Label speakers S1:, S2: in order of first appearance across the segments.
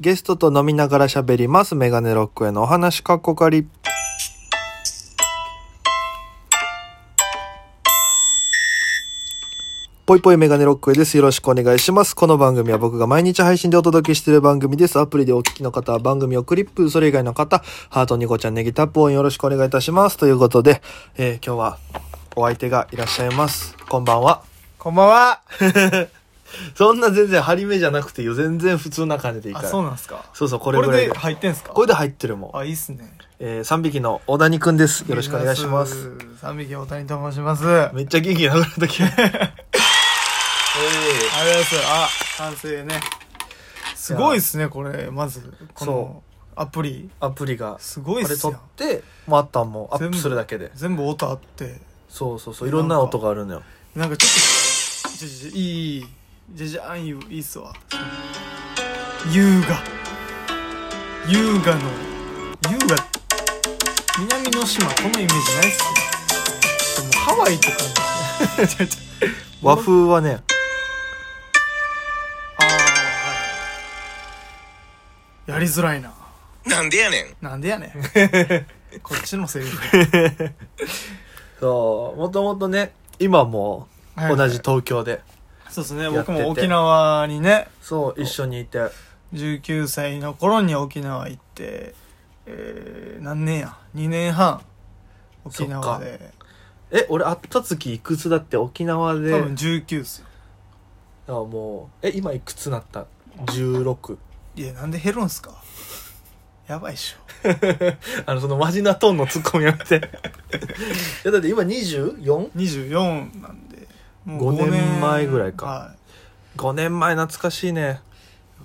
S1: ゲストと飲みながら喋ります。メガネロックへのお話かっこかり。ぽいぽいメガネロックへです。よろしくお願いします。この番組は僕が毎日配信でお届けしている番組です。アプリでお聞きの方は番組をクリップ、それ以外の方、ハートニコちゃんネギタップ応援よろしくお願いいたします。ということで、えー今日はお相手がいらっしゃいます。こんばんは。
S2: こんばんは。
S1: そんな全然張り目じゃなくていいよ。全然普通な感じでいいか
S2: あ、
S1: ら。
S2: そうなんすか。
S1: そうそう、こ
S2: こ
S1: れ
S2: れ
S1: ぐらい
S2: で
S1: で。
S2: 入ってんすか
S1: これで入ってるもん。
S2: あ、いいっすね。
S1: えー、3匹の小谷くんです。よろしくお願いします。。
S2: 三匹大谷と申します。ありがとう
S1: めっちゃ元気なくなった気が。え
S2: ございます。あ、完成ね。すごいっすね、これ。まず、このアプリ。
S1: ー、アプリが。
S2: すごいっ
S1: あれ
S2: す
S1: 撮っ
S2: よ。
S1: て、もうあったんもアッ
S2: 全
S1: プ
S2: 部
S1: するだけで。
S2: 全部音あって。
S1: そうそうそう、いろんな音があるのよ。
S2: なんかちょっと、じゃじゃ、いい。じゃじゃ、あんゆ、いいっすわ。優雅。優雅の、優雅。南の島、このイメージないっすね。でもハワイって感じですね。
S1: 和風はね、
S2: ああ、はい。やりづらいな。
S3: なんでやねん。
S2: なんでや ねん。こっちのセリフ
S1: そう、もともとね、今も
S2: や
S1: 同じ。東京で、
S2: そうですね。
S1: やってて
S2: 僕も沖縄にね、
S1: そう、一緒にいて、
S2: 19歳の頃に沖縄行って、えー、何年や ?2 年半。沖縄で。
S1: え、俺会った月いくつだって沖縄で、
S2: 多分19っすよ。
S1: あもう、え、今いくつなった ?16。
S2: いや、なんで減るんすかやばいっしょ。
S1: あの、そのマジなトーンのツッコミやめて。 いや、だって今 24?5
S2: 24なんで。も
S1: 五年前ぐらいか
S2: はい。
S1: 年前懐かしいね。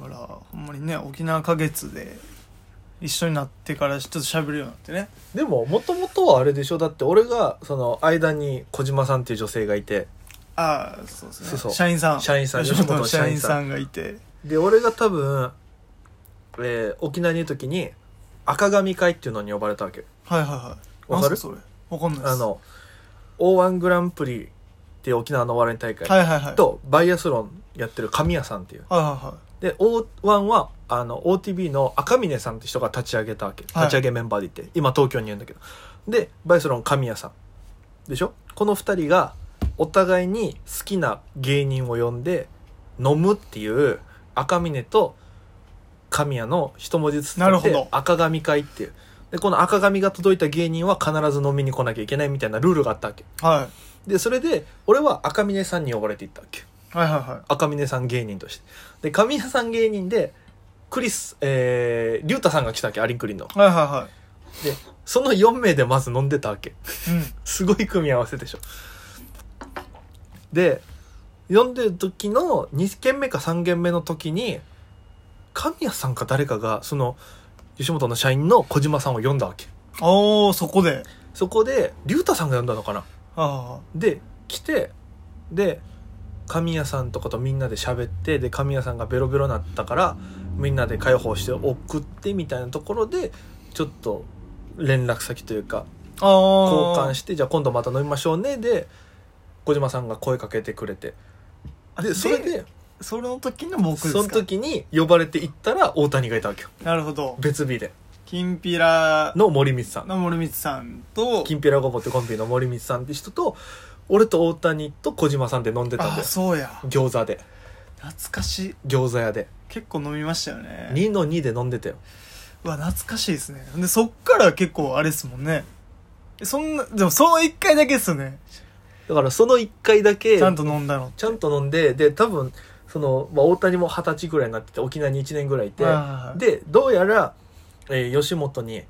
S2: だからほんまにね沖縄花月で一緒になってからちょっと喋るようになってね
S1: でも、もともとはあれでしょだって俺が、その、間に小島さんっていう女性がいて、
S2: ああそうですね
S1: そうそう
S2: 社員さん
S1: 社員さん
S2: 吉
S1: 吉本
S2: 本
S1: の
S2: の
S1: 社
S2: 社
S1: 員
S2: 員
S1: さ
S2: さんがいて
S1: で、俺が多分、えー沖縄にいる時に、赤髪会っていうのに呼ばれたわけ。
S2: はいはいはい
S1: わかる
S2: なんすそれわかんないです
S1: あの、O1 グランプリっていう沖縄のお笑い大会、
S2: はいはいはい
S1: と、バイアスロンやってる神谷さんっていう。
S2: はいは
S1: で、O1 は、あの、OTB の赤峰さんって人が立ち上げたわけ。
S2: はい
S1: 立ち上げメンバーでいて、今東京にいるんだけど。で、バイスロン神谷さん。でしょこの二人が、お互いに好きな芸人を呼んで、飲むっていう、赤峰と神谷の一文字ずつ
S2: な
S1: 取
S2: る
S1: っ
S2: ほ
S1: て
S2: ど、
S1: 赤髪会っていう。で、この赤髪が届いた芸人は必ず飲みに来なきゃいけないみたいなルールがあったわけ。
S2: いはいはい
S1: で、それで、俺は赤峰さんに呼ばれていったわけ。
S2: はいはいはい
S1: 赤嶺さん芸人としてで上谷さん芸人でクリスえー、リュウタさんが来たわけアリンクリンの
S2: はいはいは
S1: でその4名でまず飲んでたわけ
S2: いうん
S1: すごい組み合わせでしょで飲んでる時の2軒目か3軒目の時に神谷さんか誰かがその吉本の社員の小島さんを呼んだわけ
S2: おおそこで
S1: そこでリュウタさんが呼んだのかな
S2: あ
S1: で来てで神谷さんとかとみんなで喋ってで神谷さんがベロベロなったからみんなで解放して送ってみたいなところでちょっと連絡先というか
S2: あああ
S1: 交換
S2: し
S1: してじゃあ今度また飲みましょうねで小島さんが声かけてくれてでそれで
S2: その時の僕ですか
S1: その時に呼ばれて行ったら大谷がいたわけよ
S2: なるほど
S1: 別日で
S2: きんぴら
S1: の森光さん
S2: の森光さんと
S1: きんぴらごぼうってコンビの森光さんって人と俺と大谷と小島さんで飲んでたん
S2: あ
S1: で
S2: あそうや
S1: 餃子で
S2: 懐かしい
S1: 餃子屋で
S2: 結構飲みましたよね
S1: 2の2で飲んでたよ
S2: うわ懐かしいですねでそっから結構あれですもんねえそんなでもその1回だけですよね
S1: だからその1回だけ
S2: ちゃんと飲んだの
S1: ちゃんと飲んでで多分その、まあ、大谷も二十歳ぐらいになってて沖縄に1年ぐらいいて
S2: はい
S1: でどうやら、えー吉本に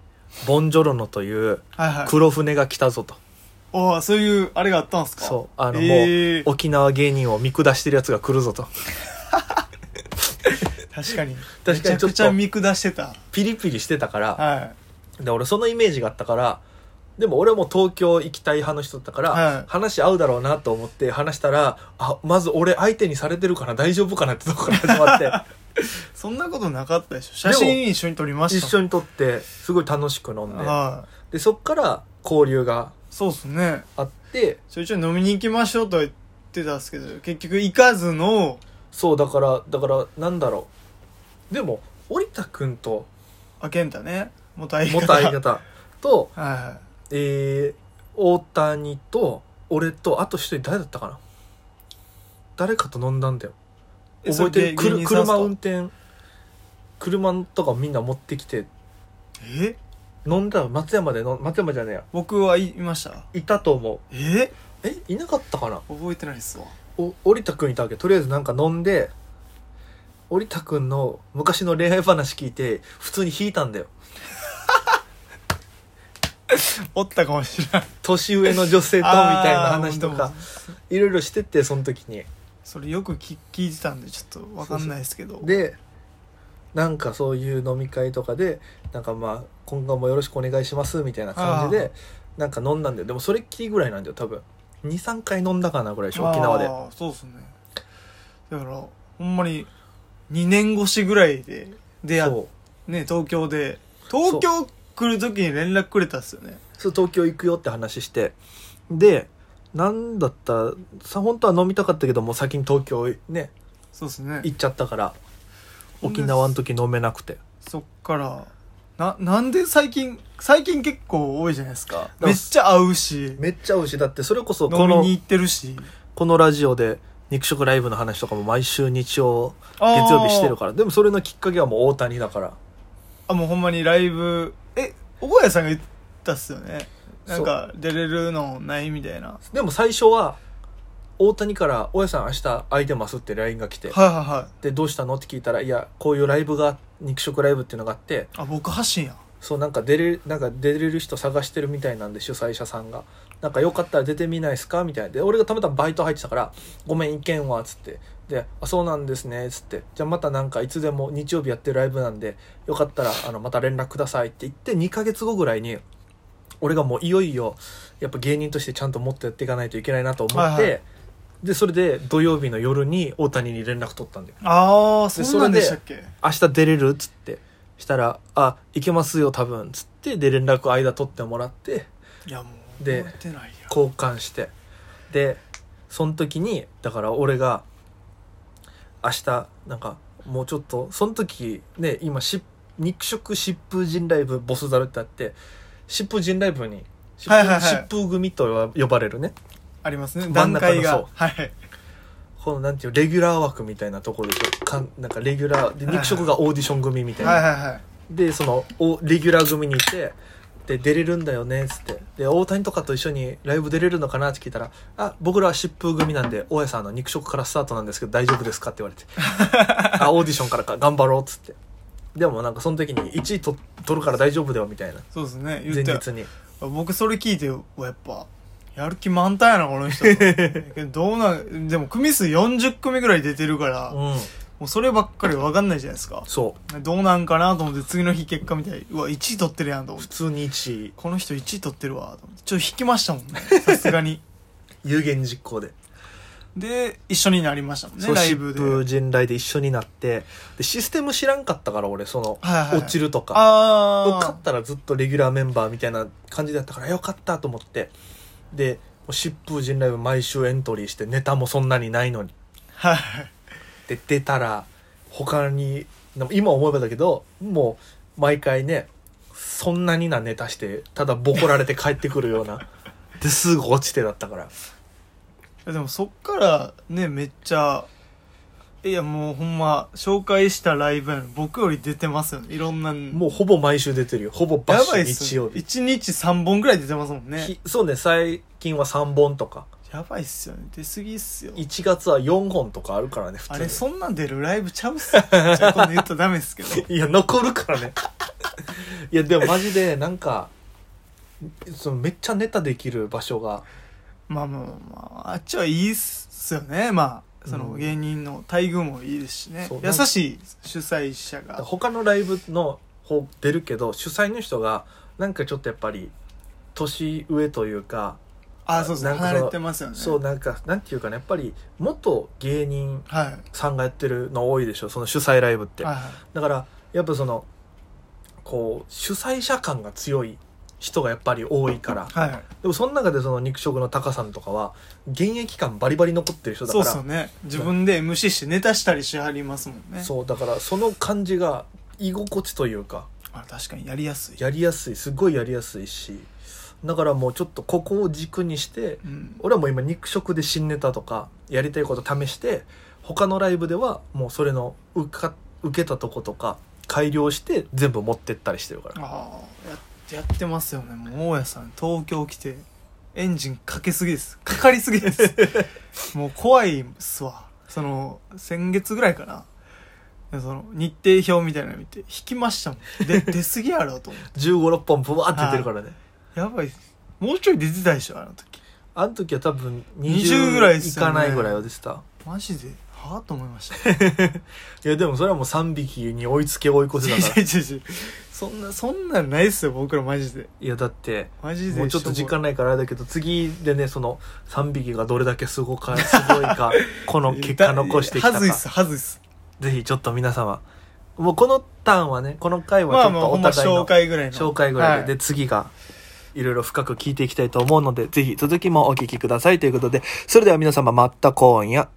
S1: ボンジョロノという
S2: はいはい
S1: 黒船が来たぞと、
S2: おーそういうあれがあったんですか
S1: そうあの、
S2: えー
S1: もう沖縄芸人を見下してるやつが来るぞと
S2: 確かに
S1: 確かに
S2: めちゃくちゃ見下してた
S1: ピリピリしてたから
S2: は
S1: で俺そのイメージがあったからでも俺も東京行きたい派の人だったから、
S2: はい
S1: 話合うだろうなと思って話したらあまず俺相手にされてるから大丈夫かなってとこから始まって。
S2: いそんなことなかったでしょ写真一緒に撮りまし
S1: 一
S2: た
S1: 緒
S2: に
S1: に撮ってすごい楽しく飲んで
S2: はい
S1: でそっから交流が
S2: そうですね
S1: あって
S2: ちょいちょい飲みに行きましょうとは言ってたんですけど結局行かずの
S1: そうだからだからなんだろうでも織田くんと
S2: あ健太ね元相方
S1: 元 相方と、
S2: はいはい
S1: えー、大谷と俺とあと一人誰だったかな誰かと飲んだんだよ
S2: え
S1: 覚えてる
S2: それ
S1: く
S2: 芸
S1: る
S2: 人さんっすか
S1: 車運転車とかみんな持ってきて
S2: え
S1: 飲んだら松山で飲ん松山じゃねえや
S2: 僕はいいました
S1: いたと思う
S2: え
S1: えいなかったかな
S2: 覚えてないっすわ
S1: お織田君いたわけとりあえずなんか飲んで織田君の昔の恋愛話聞いて普通に引いたんだよ
S2: おったかもしれ ない
S1: 年上の女性とみたいな話と
S2: あー
S1: か
S2: ほん
S1: いろいろしてってその時に
S2: それよく聞聞いてたんでちょっとわかんないですけど
S1: でなんかそういう飲み会とかでなんかまあ今後もよろしくお願いしますみたいな感じでなんか飲んだんだよでもそれっきりぐらいなんだよ多分23回飲んだかなぐらいでしょ沖縄で
S2: あーそうですねだからほんまに2年越しぐらいで出会っ
S1: そう
S2: ね東京で東京来る時に連絡くれたっすよね
S1: そう東京行くよって話してでなんだったさ本当は飲みたかったけどもう先に東京ね
S2: そうですね
S1: 行っちゃったから
S2: ほんで
S1: 沖縄の時飲めなくて
S2: そっからななんで最近最近結構多いじゃないですか
S1: ら
S2: めっちゃ会うし
S1: めっちゃ美味しいだってそれこそこ
S2: 飲み
S1: の
S2: に行ってるし
S1: このラジオで肉食ライブの話とかも毎週日曜月曜日してる
S2: か
S1: からでもそれのきっかけはもう大谷だから
S2: あもうほんまにライブえ小小屋さんが言ったっすよねなんか出れるのないみたいなはい
S1: でも最初は大谷から「大家さん明日空いてます」って LINE が来て
S2: はいはい
S1: でどうしたのって聞いたら「いやこういうライブが肉食ライブっていうのがあって
S2: あ僕発信や
S1: そうなんか出れるなんか出れる人探してるみたいなんで主催者さんがなんかよかったら出てみないですかみたいなで俺がたまたまバイト入ってたから「ごめん行けんわ」っつってで「あそうなんですね」っつって「じゃあまたなんかいつでも日曜日やってるライブなんでよかったらあのまた連絡ください」って言って2ヶ月後ぐらいに俺がもういよいよやっぱ芸人としてちゃんともっとやっていかないといけないなと思って、
S2: はいは
S1: でそれで土曜日の夜に大谷に連絡取ったんだよ
S2: ああそんなんでしたっけ
S1: 明日出れるっつってしたら「あ行けますよ多分」っつってで連絡間取ってもらって
S2: いやもう
S1: で
S2: 覚えてないや
S1: 交換してでその時にだから俺が明日なんかもうちょっとその時ね今し肉食疾風陣ライブボスザルってあって疾風陣ライブに疾風,、
S2: はいはいはい
S1: 組と呼ばれるね
S2: ありますね
S1: 真ん
S2: 段
S1: 中の
S2: 階が
S1: そう
S2: はい
S1: このなんていうレギュラー枠みたいなところでかんなんかレギュラーで肉食がオーディション組みたいな、
S2: はいはいはい
S1: でそのおレギュラー組にいてで出れるんだよねっつってで大谷とかと一緒にライブ出れるのかなって聞いたら「あ僕らは疾風組なんで大家さんあの肉食からスタートなんですけど大丈夫ですか?」って言われて 「あオーディションからか頑張ろう」っつってでもなんかその時に1位と取るから大丈夫だよみたいな
S2: そうですね言
S1: 前
S2: って
S1: 日に
S2: 僕それ聞いてうわやっぱやる気満タンやなこ の人けどどうなんでも組数40組ぐらい出てるから、も
S1: うん
S2: うそればっかりわかんないじゃないですか
S1: そう
S2: どうなんかなと思って次の日結果見たらうわ1位取ってるやんと思っ
S1: 普
S2: て
S1: 通に1位
S2: この人1位取ってるわと思ってちょっと引きましたもんねさす がに
S1: 有言実行で、
S2: で一緒になりましたもんね
S1: そう
S2: ライブで
S1: 疾風陣来で一緒になってでシステム知らんかったから俺その、
S2: はいはい
S1: 落ちるとか
S2: あ
S1: 勝ったらずっとレギュラーメンバーみたいな感じだったからよかったと思ってでもう疾風陣ライブ毎週エントリーしてネタもそんなにないのに
S2: あはい
S1: で出たら他にでも今思えばだけどもう毎回ねそんなになネタしてただボコられて帰ってくるよう なですぐ落ちてだったから
S2: いやでもそっからねめっちゃいやもうほんま紹介したライブやのに僕より出てますよねいろんな
S1: もうほぼ毎週出てるよほぼバッ
S2: や
S1: シ
S2: ばい
S1: ュ
S2: っす
S1: 日曜日、
S2: 1日3本ぐらい出てますもんね
S1: ひそうね最近は3本とか
S2: やばいっすよね出過ぎっすよ
S1: 1月は4本とかあるからね普
S2: あ
S1: 通に
S2: れそんなん出るライブちゃうっすよちょっとこんなん言ったらダメ っすけど
S1: いや、残るからね。 いや、でもマジで、なんか、そのめっちゃネタできる場所が、
S2: まあまあまあまああっちはいいっすよねまあその
S1: うん
S2: 芸人の待遇もいいですしね
S1: そう
S2: 優しい主催者が
S1: 他のライブの方出るけど、主催の人が、なんかちょっとやっぱり、年上というか、
S2: あそうですね
S1: なんかそ
S2: 離
S1: の
S2: れてますよね
S1: そう、なんか、なんていうかね、やっぱり、元芸人
S2: はい
S1: さんがやってるの多いでしょ、その主催ライブって。
S2: はいはい
S1: だから、やっぱその、こう、主催者感が強い人がやっぱり多いから、
S2: はいはい
S1: でもその中でその肉食の高さんとかは現役感バリバリ残ってる人だか
S2: そう
S1: ら
S2: っすよね自分で MC してネタしたりしはりますもんね
S1: そうだからその感じが居心地というか
S2: あ確かにやりやすい、
S1: やりやすいすごいやりやすいしだからもうちょっとここを軸にして
S2: うん、
S1: 俺はもう今肉食で新ネタとかやりたいこと試して他のライブではもうそれの受か受けたとことか改良して全部持ってったりしてるから
S2: ああやってやってますよねもう大家さん東京来てエンジンかけすぎですかかりすぎで すもう怖いっすわその先月ぐらいかなその日程表みたいなの見て引きましたもんで 出すぎやろうと思って
S1: 1 5 6本ブワーって出てるからね
S2: やばいっすもうちょい出てたでしょあの時
S1: あの時は多分
S2: 20ぐらいっすよね
S1: かないぐらいは出てた
S2: マジではあと思いました
S1: いやでもそれはもう3匹に追いつけ追い越せだから
S2: 違う違う違うそんなそんなんないっすよ僕らマジで
S1: いやだって
S2: マジで
S1: もうちょっと時間
S2: の
S1: ないからあれだけど次でねその3匹がどれだけすごかすごい かこの結果残してきた
S2: は
S1: か
S2: ずいっすはずいっす
S1: ぜひちょっと皆様もうこのターンはねこの回は
S2: ま
S1: ちょ
S2: あ
S1: っ
S2: まあ
S1: と
S2: ほ
S1: お
S2: んま
S1: 互いの
S2: 紹介ぐらいの
S1: 紹介ぐらいで,、
S2: は
S1: で次がいろいろ深く聞いていきたいと思うのでぜひ続きもお聞きくださいということでそれでは皆様また今夜